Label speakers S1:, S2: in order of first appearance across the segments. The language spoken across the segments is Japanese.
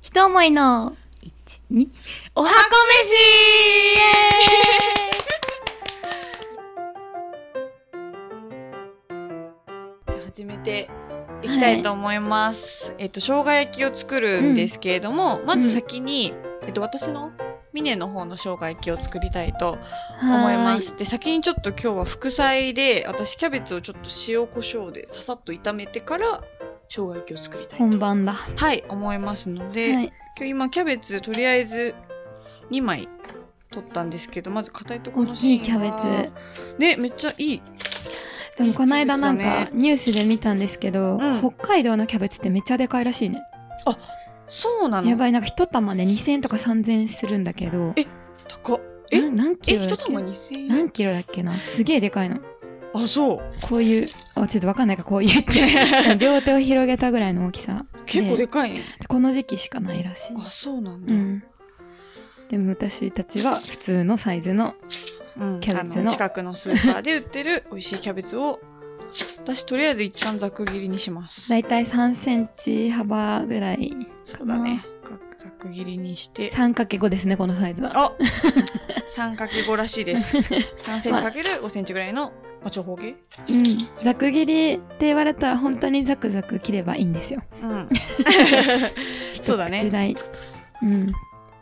S1: 一思いの一二おはこ
S2: じゃあ始めていきたいと思います。えっと生姜焼きを作るんですけれども、まず先に、えっと私のミネの方の生姜焼きを作りたいと
S1: 飯
S2: 思います。で先にちょっと今日は副菜で私キャベツをちょっと塩コショウでささっと炒めてから生姜焼きを作りたいと
S1: 本番だ。
S2: はい思いますので、
S1: はい。
S2: 今日今キャベツとりあえず2枚取ったんですけどまず硬いところ
S1: 大
S2: の
S1: き
S2: 芯
S1: いキャベ
S2: はねめっちゃいい
S1: ツ。でもこの間なん
S2: いいキャベ
S1: か
S2: ツだ
S1: ニュースで見たんですけど、
S2: ん
S1: 北海道のキャベツってめっちゃでかいらしいね。
S2: そうなの
S1: やばいなんか一玉ね2000円とか3000円するんだけど。
S2: 高っえ
S1: な何キ
S2: え
S1: ロだっ
S2: 一
S1: け
S2: 玉？2000円
S1: 何キロだっけな。すげえでかいの。
S2: あそう
S1: こういうあちょっとわかんないからこういうって 両手を広げたぐらいの大きさ。
S2: 結構でかいね
S1: でこの時期しかないらしい。
S2: あそうなん
S1: う
S2: だ、
S1: ん。でも私たちは普通のサイズの
S2: うん
S1: キャベツの
S2: あ近くのスーパーで売ってる美味しいキャベツを私とりあえず一旦ざく切りにします
S1: だいたい3センチ幅ぐらい
S2: そうだねざく切りにして
S1: 3×5 ですねこのサイズは
S2: あ三かけ五らしいです3センチ かける5センチぐらいの、まあ、長方形
S1: うんざく切りって言われたら本当にザクザク切ればいいんですよ
S2: うんそうだ
S1: 一口
S2: ね
S1: 大うん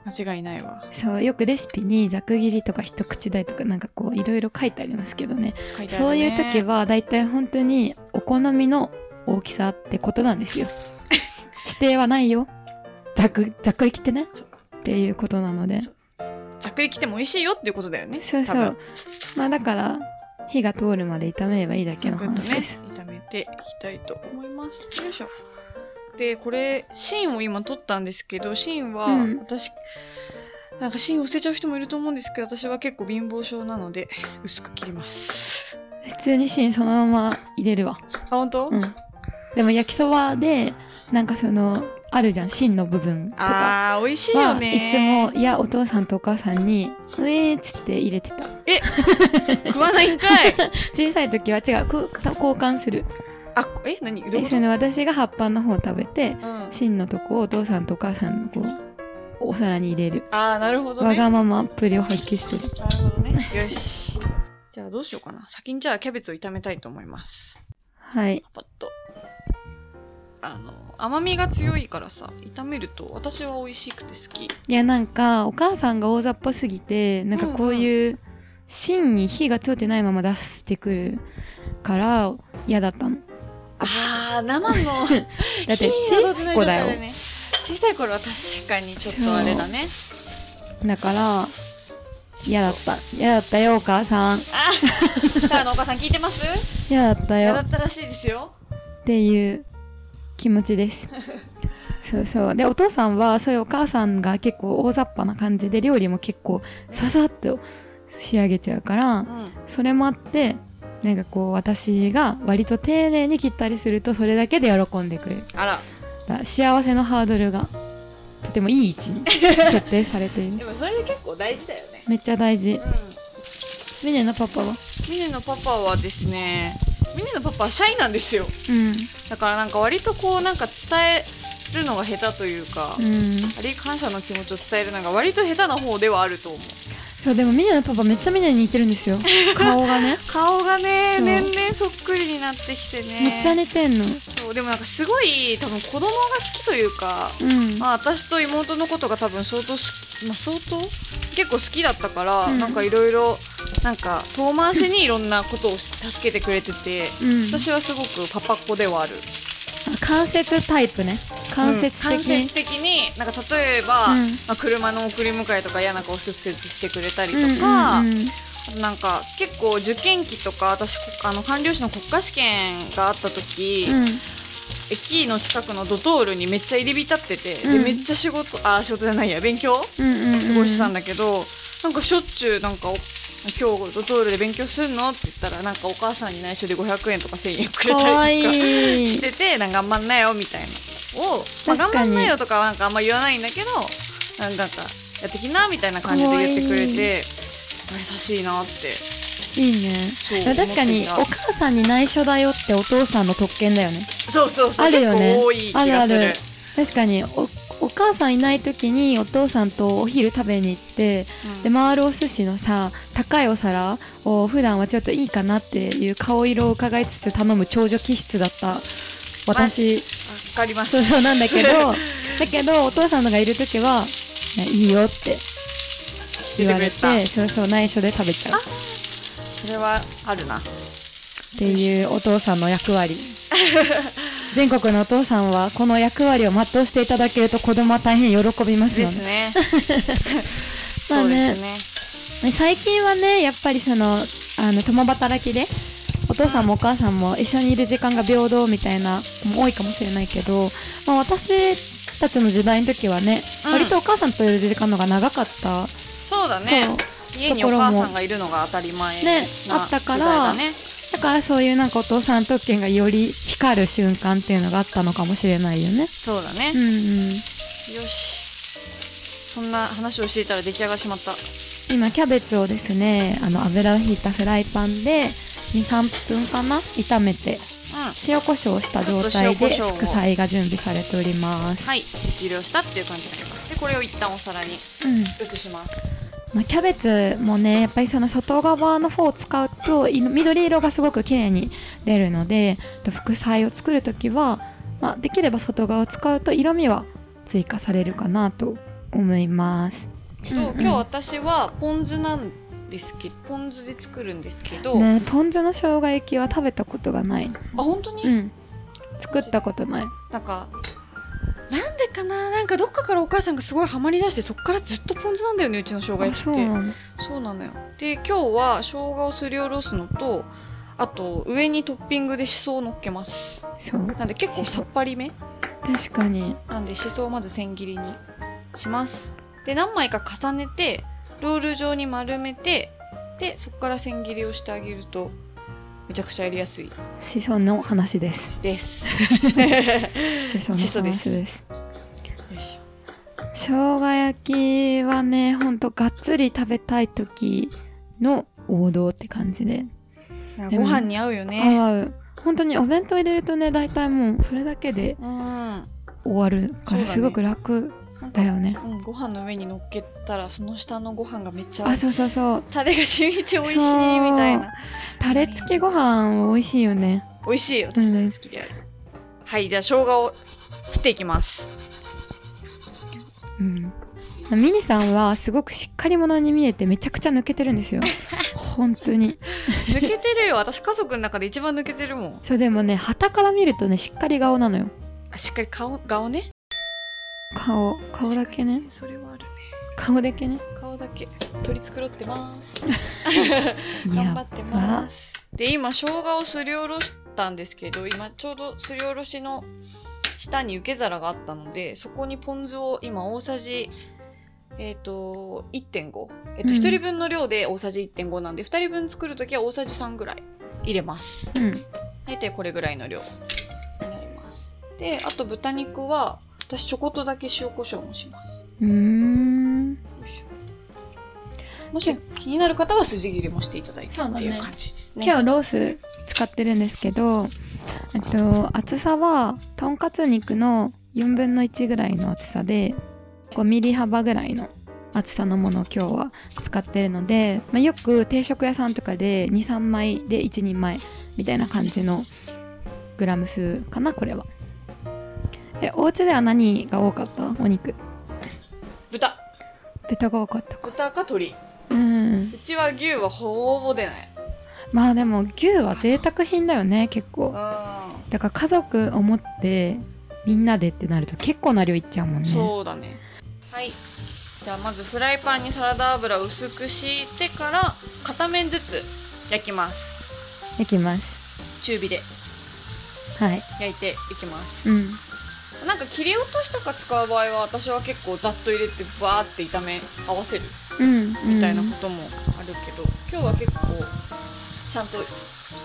S2: 間違いないわ
S1: そうよくレシピにざく切りとか一口大とかなんかこういろいろ書いてありますけどね
S2: 書いてあるね
S1: そういう時はだいたい本当にお好みの大きさってことなん ですよ指定はないよざくざく切ってね
S2: そう
S1: っていうことなので
S2: ざくり切っても美味しいよっていうことだよね
S1: そうそ
S2: 多
S1: う
S2: 分
S1: まあだから火が通るまで炒めればいいだけ
S2: サ
S1: の
S2: クッと
S1: 話
S2: ね
S1: です、
S2: 炒めていきたいと思いますよいしょでこれ芯を今取ったんですけど芯は
S1: うん
S2: 私、なんか芯を捨てちゃう人もいると思うんですけど私は結構貧乏症なので薄く切ります
S1: 普通に芯そのまま入れるわ
S2: あ本当、
S1: うんでも焼きそばでなんかそのあるじゃん芯の部分とか
S2: あー美味しいよね
S1: はいつもいやお父さんとお母さんに「うえー」っつって入れてた
S2: 食わないんかい
S1: 小さい時は違うこう交換する
S2: あこえ何どうい
S1: で
S2: うこ
S1: そ
S2: と
S1: の私が葉っぱの方を食べて
S2: うん、あ
S1: 芯のとこをお父さんとお母さんのこうお皿に入れる
S2: あーなるほど
S1: わ
S2: ねな
S1: がままっぷりを発揮してる
S2: るほどね よしじゃあどうしようかな先にじゃあキャベツを炒めたいと思います
S1: はい
S2: パッとあの甘みが強いからさ炒めると私は美味しくて好き
S1: いやなんかお母さんが大雑把すぎてなんかこういう芯に火が通ってないまま出してくるから嫌だったの
S2: あー生 の
S1: だって
S2: 火が
S1: 小
S2: 通
S1: さ
S2: っないい状
S1: 子
S2: 態
S1: だよ
S2: ね小さい頃は確かにちょっとあれだね
S1: だから嫌だった嫌だったよお母さん
S2: あータラのお母さん聞いてます
S1: 嫌だった
S2: 嫌
S1: よ
S2: だ
S1: っ
S2: ったらしいですよ
S1: ていう気持ちです そうそうでお父さんはそういうお母さんが結構大雑把な感じで料理も結構ささっと仕上げちゃうから
S2: うん
S1: それもあってなんかこう私が割と丁寧に切ったりするとそれだけで喜んでくれる
S2: あら
S1: だから幸せのハードルがとてもいい位置に設定されている
S2: でもそれで結構大事だよね
S1: めっちゃ大事
S2: うん
S1: ミネのパパは
S2: ミネのパパはですねミネのパパはシャイなんですよ
S1: うん
S2: だからなんか割とこうなんか伝えるのが下手というか、
S1: うん
S2: あれ感謝の気持ちを伝えるのが割と下手な方ではあると思う
S1: そうでもミネのパパめっちゃミネに似てるん ですよ顔がね
S2: 顔がね
S1: そう
S2: 年々そっくりになってきてね
S1: めっちゃ似てんの
S2: そうでもなんかすごい多分子供が好きというか、
S1: うん
S2: まあ、私と妹のことが多分相当す、まあ、相当結構好きだったから、
S1: うん
S2: なんかいろいろなんか遠回しにいろんなことをし助けてくれてて
S1: うん
S2: 私はすごくパパっ子ではある
S1: 関節タイプね関節
S2: うん
S1: 的
S2: 間
S1: に、
S2: 接的になんか例えば、
S1: うん
S2: まあ、車の送り迎えとか嫌な顔出世してくれたりと
S1: うんうんうん
S2: か、あとなんか結構受験期とか私こあの官僚士の国家試験があった時、
S1: うん
S2: 駅の近くのドトールにめっちゃ入り浸ってて、
S1: うん
S2: でめっちゃ仕事あ仕事じゃないや勉強
S1: うんうんうん
S2: 過ごしたんだけど、なんかしょっちゅうなんかお今日ドトールで勉強すんのって言ったらなんかお母さんに内緒で500円とか1000円くれ
S1: かわ
S2: たりとか
S1: いい
S2: しててなんか頑張んなよみたいなを、まあ、頑
S1: 確か
S2: 張
S1: に
S2: んなよとかはなんかあんま言わないんだけどなんかやってきなみたいな感じで言ってくれ
S1: かわい
S2: てあ優しいなって
S1: いいね
S2: そう
S1: でも確かに
S2: 思
S1: お
S2: って
S1: 母さんに内緒だよってお父さんの特権だよね
S2: そうそうそう
S1: あるよね
S2: 結構多い気
S1: ある
S2: が
S1: あ
S2: する
S1: る確かにおお母さんいない時にお父さんとお昼食べに行ってで回るお寿司のさ高いお皿を普段はちょっといいかなっていう顔色を伺いつつ頼む長女気質だった私
S2: わかります。
S1: そうそうなんだ けどだけどお父さんのがいる時は「いやいいよ」って言われ
S2: 言って
S1: て
S2: く
S1: そうそう内緒で食べちゃうっ
S2: それはあるな。
S1: ていうお父さんの役割 全国のお父さんはこの役割を全うしていただけると子供は大変喜びます
S2: で
S1: よ
S2: す
S1: ね
S2: ね。
S1: ま
S2: そ
S1: あ
S2: うで
S1: ね
S2: すね。
S1: 最近はねやっぱりそのあの共働きでお父さんもお母さんも一緒にいる時間が平等みたいな子も多いかもしれないけど、まあ、私たちの時代の時はね、
S2: うん
S1: 割とお母さんといる時間の方が長かった、
S2: そうだ
S1: そう
S2: ね。家にお母さんがいるのが当たり前な
S1: ね
S2: 時代
S1: あったから
S2: だね。
S1: だからそういうなんかお父さん特権がより光る瞬間っていうのがあったのかもしれないよね。
S2: そうだね
S1: う。んうん、
S2: よし。そんな話をしていたら出来上がってしまった。
S1: 今キャベツをですねあの油をひいたフライパンで23分かな炒めて
S2: うん。
S1: 塩コショウをした状態で
S2: ちょっと塩コショウを
S1: 副菜が準備されております、
S2: はい。終了したっていう感じになります。で、これを一旦お皿に
S1: うん
S2: 移します。
S1: まあ、キャベツもねやっぱりその外側の方を使うとい緑色がすごく綺麗に出るのでと副菜を作る時は、まあ、できれば外側を使うと色味は追加されるかなと思います
S2: そう
S1: うんうん
S2: 今日私はポン酢なんですけど、ポン酢で作るんですけど、
S1: ねポン酢の生姜焼きは食べたことがない
S2: あ本当に、
S1: うん作ったことない
S2: なんかなんでかななんかどっかからお母さんがすごいハマりだしてそっからずっとポン酢なんだよねうちの生姜
S1: あ
S2: 焼き
S1: そ
S2: って
S1: うなの
S2: そうなのよで今日は生姜をすりおろすのとあと上にトッピングでしそを乗っけます
S1: そう
S2: なんで結構さっぱりめ
S1: 確かに
S2: なんでしそをまず千切りにしますで何枚か重ねてロール状に丸めてでそこから千切りをしてあげるとめちゃくちゃやりやすい
S1: シソンの話です
S2: です
S1: シソンの
S2: シソで
S1: 話
S2: す
S1: です生姜焼きはねほんとがっつり食べたい時の王道って感じで
S2: なんかご飯に合うよね
S1: 合う本当にお弁当入れるとね大体もうそれだけで
S2: うんなん
S1: 終わるから
S2: そうだね
S1: すごく楽だ
S2: か
S1: よね
S2: うん、ご飯の上に乗っけたらその下のご飯がめっちゃ
S1: あそうそうそう
S2: タレが染みて美味しいみ
S1: そう
S2: たいな
S1: タレ付きご飯美味しいよね
S2: 美味しい私大好きである、はいじゃあ生姜を切っていきます
S1: うんミニさんはすごくしっかり者に見えてめちゃくちゃ抜けてるんです よ本当に
S2: 抜けてるよ私家族の中で一番抜けてるもん
S1: そうでもね旗から見るとねしっかり顔なのよ
S2: あしっかり顔顔ね
S1: 顔顔だけね
S2: それはあるね
S1: 顔だけね
S2: 顔だけ取り繕って ます頑張
S1: や
S2: ってますで今生姜をすりおろしたんですけど今ちょうどすりおろしの下に受け皿があったのでそこにポン酢を今大さじえっ、と1.5えっ、と
S1: うん
S2: 1人分の量で大さじ1.5なんで、2人分作るときは大さじ3ぐらい入れます
S1: うん
S2: 大体これぐらいの量になりますであと豚肉は私ちょこっとだけ塩コショウもします
S1: うーん
S2: よいしょもし気になる方は筋切りもしていただいて
S1: そうだ
S2: って
S1: ね
S2: いう感じですね。
S1: 今日ロース使ってるんですけど、えっと、厚さはとんかつ肉の4分の1ぐらいの厚さで5ミリ幅ぐらいの厚さのものを今日は使ってるので、まあ、よく定食屋さんとかで23枚で1人前みたいな感じのグラム数かなこれはえお家では何が多かったお肉
S2: 豚
S1: 豚が多かったか
S2: 豚か鶏
S1: うん
S2: うちは牛はほぼ出ない
S1: まあでも牛は贅沢品だよね結構
S2: う
S1: だから家族を持ってみんなでってなると結構な量いっちゃうもん
S2: ん
S1: ね
S2: そうだねはいじゃあまずフライパンにサラダ油を薄く敷いてから片面ずつ焼きます
S1: いきます
S2: 中火で
S1: はい
S2: 焼いていきます
S1: うん
S2: なんか切り落としとか使う場合は私は結構ざっと入れてバーって炒め合わせる
S1: うん
S2: みたいなこともあるけど、今日は結構ちゃんと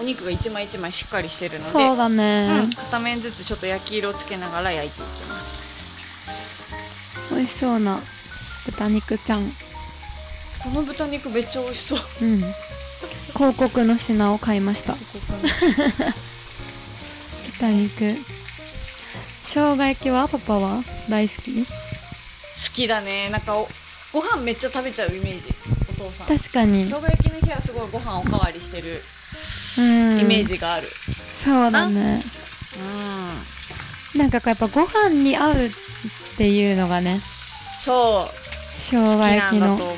S2: お肉が一枚一枚しっかりしてるので
S1: そうだね、
S2: うん、片面ずつちょっと焼き色をつけながら焼いていきます
S1: 美味しそうな豚肉ちゃんうん
S2: この豚肉めっちゃ美味し そう
S1: 広告の品を買いました豚肉生姜焼きはパパは大好き
S2: きだねなんかおご飯めっちゃ食べちゃうイメージお父さん生
S1: 確かに
S2: 姜焼きの日はすごいご飯おかわりしてる
S1: うん
S2: イメージがある
S1: そうだね
S2: うん
S1: なんかこうやっぱご飯に合うっていうのがね
S2: そう
S1: 生
S2: 好き
S1: 姜焼
S2: な
S1: き
S2: んだ
S1: の
S2: と思う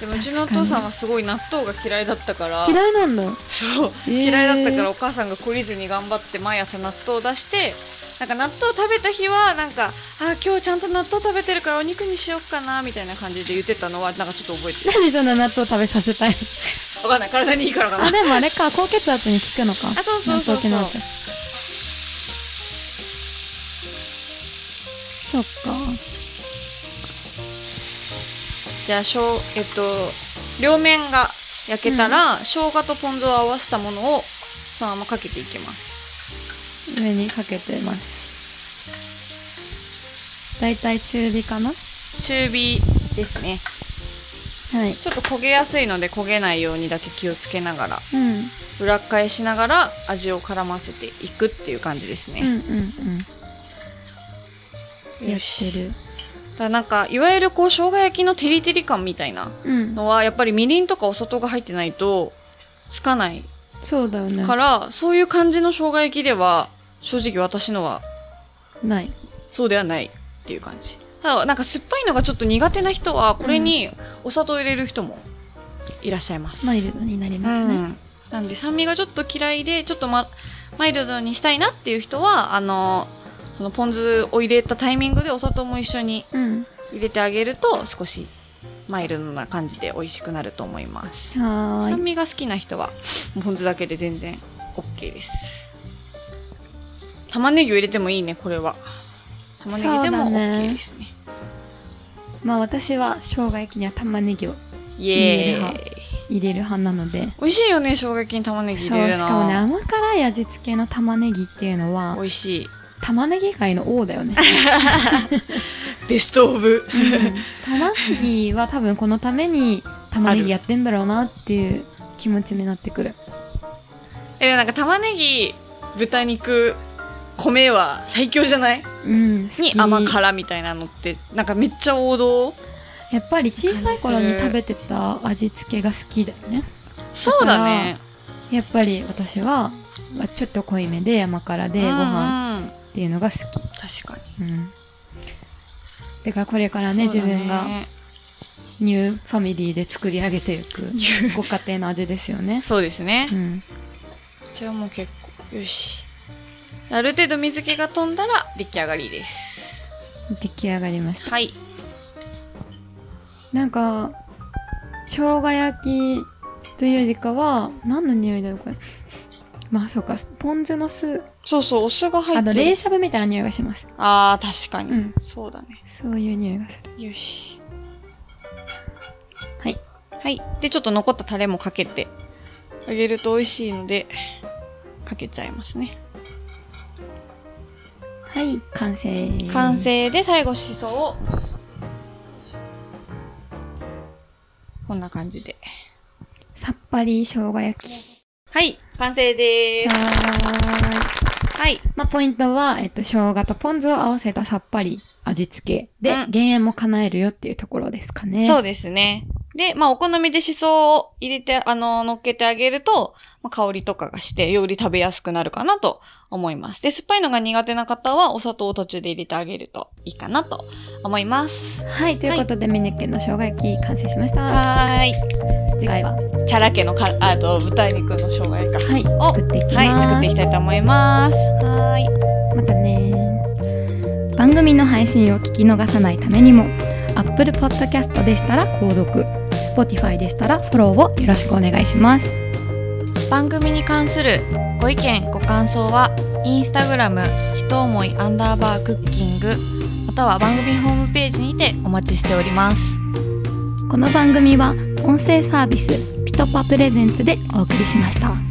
S2: でもうちのお父さんはすごい納豆が嫌いだったから
S1: 嫌いなんだ
S2: そう、
S1: えー
S2: 嫌いだったからお母さんが懲りずに頑張って毎朝納豆を出してなんか納豆食べた日はなんかあ今日ちゃんと納豆食べてるからお肉にしよっかなみたいな感じで言ってたのはなんかちょっと覚えてる
S1: なんでそんな納豆食べさせたい
S2: わかんない体にいいからかな
S1: あでもあれか高血圧に効くのか
S2: あそうそう
S1: 納
S2: そうそう
S1: 豆系なんだそっか
S2: じゃあしょうえっと両面が焼けたら、生姜とポン酢を合わせたものをそのままかけていきます
S1: 上にかけてますだいたい中火かな
S2: 中火ですね
S1: はい
S2: ちょっと焦げやすいので焦げないようにだけ気をつけながら
S1: うんうん
S2: 裏返しながら味を絡ませていくっていう感じです
S1: うん
S2: ね、
S1: うんや
S2: よ
S1: っ
S2: して
S1: る
S2: だからなんかいわゆるこう生姜焼きのテリテリ感みたいな
S1: うん
S2: のはやっぱりみりんとかお砂糖が入ってないとつかない
S1: そうだよね
S2: から、そういう感じの生姜焼きでは正直私のは
S1: ない
S2: そうではないっていう感じただなんか酸っぱいのがちょっと苦手な人はこれにお砂糖入れる人もいらっしゃいます、
S1: マイルドになります
S2: う
S1: ね
S2: ん、なんで酸味がちょっと嫌いでちょっと、ま、マイルドにしたいなっていう人はあのそのポン酢を入れたタイミングでお砂糖も一緒に
S1: うん、
S2: 入れてあげると少しマイルドな感じで美味しくなると思います
S1: はー
S2: 酸
S1: い
S2: 味が好きな人はもうポン酢だけで全然 OK です玉ねぎを入れてもいいねこれは玉ねぎでも
S1: そうだね
S2: OK ですね
S1: まあ私は生姜焼きには玉ねぎを
S2: イエ
S1: いい
S2: ー
S1: ね
S2: イ
S1: 入れる派なので
S2: 美味しいよね生姜焼きに玉ねぎ
S1: そうし
S2: 入れるの
S1: かもね甘辛い味付けの玉ねぎっていうのは
S2: 美味しい
S1: 玉ねぎ界の王だよ ね
S2: ベストオブ
S1: 玉ねぎは多分このために玉ねぎやってんだろうなっていう気持ちになってくる
S2: えでもなんか玉ねぎ豚肉米は最強じゃない
S1: うん好
S2: に
S1: き
S2: 甘辛みたいなのってなんかめっちゃ王道
S1: やっぱり小さい頃に食べてた味付けが好きだよね
S2: そうだね
S1: やっぱり私はまあちょっと濃いめで甘辛でご飯
S2: うんうん
S1: っていうのが好き
S2: 確かに
S1: うんてかこれからね
S2: そう
S1: 自
S2: だね
S1: 分がニューファミリーで作り上げていくご家庭の味ですよね
S2: そうですね
S1: うん
S2: じゃあもう結構よしある程度水気が飛んだら出来上がりです
S1: 出来上がりました
S2: はい
S1: なんか生姜焼きというよりかは何の匂いだろうこれ まあそうかポン酢の酢
S2: そうそうお酢が入
S1: あ
S2: って
S1: の
S2: る
S1: 冷しゃぶみたいな匂いがします
S2: あー確かに、
S1: うん
S2: そうだね
S1: そういう匂いがする
S2: よし
S1: はい
S2: はいでちょっと残ったタレもかけてあげると美味しいのでかけちゃいますね
S1: はい完成
S2: 完成で最後しそをこんな感じで
S1: さっぱり生姜焼き
S2: はい完成で
S1: は
S2: す
S1: ーい
S2: はい
S1: まあポイントは、えっと、生姜とポン酢を合わせたさっぱり味付けで
S2: うん
S1: 減塩も叶えるよっていうところですかね
S2: そう
S1: う
S2: ですねでまあお好みでしそを入れてあの乗っけてあげると、まあ、香りとかがしてより食べやすくなるかなと思いますで酸っぱいのが苦手な方はお砂糖を途中で入れてあげるといいかなと思います
S1: はいということで、ミネッケの生姜焼き完成しました
S2: はーい
S1: 次回は
S2: チャラ家のかあと豚肉の生姜焼きか
S1: はい
S2: お
S1: 作っていきます、
S2: はい作っていきたいと思いますはーい
S1: またね番組の配信を聞き逃さないためにも Apple Podcast でしたら購読 Spotify でしたらフォローをよろしくお願いします
S2: 番組に関するご意見ご感想はインスタグラムひと思いアンダーバークッキングまたは番組ホームページにてお待ちしております
S1: この番組は音声サービスピトパプレゼンツでお送りしました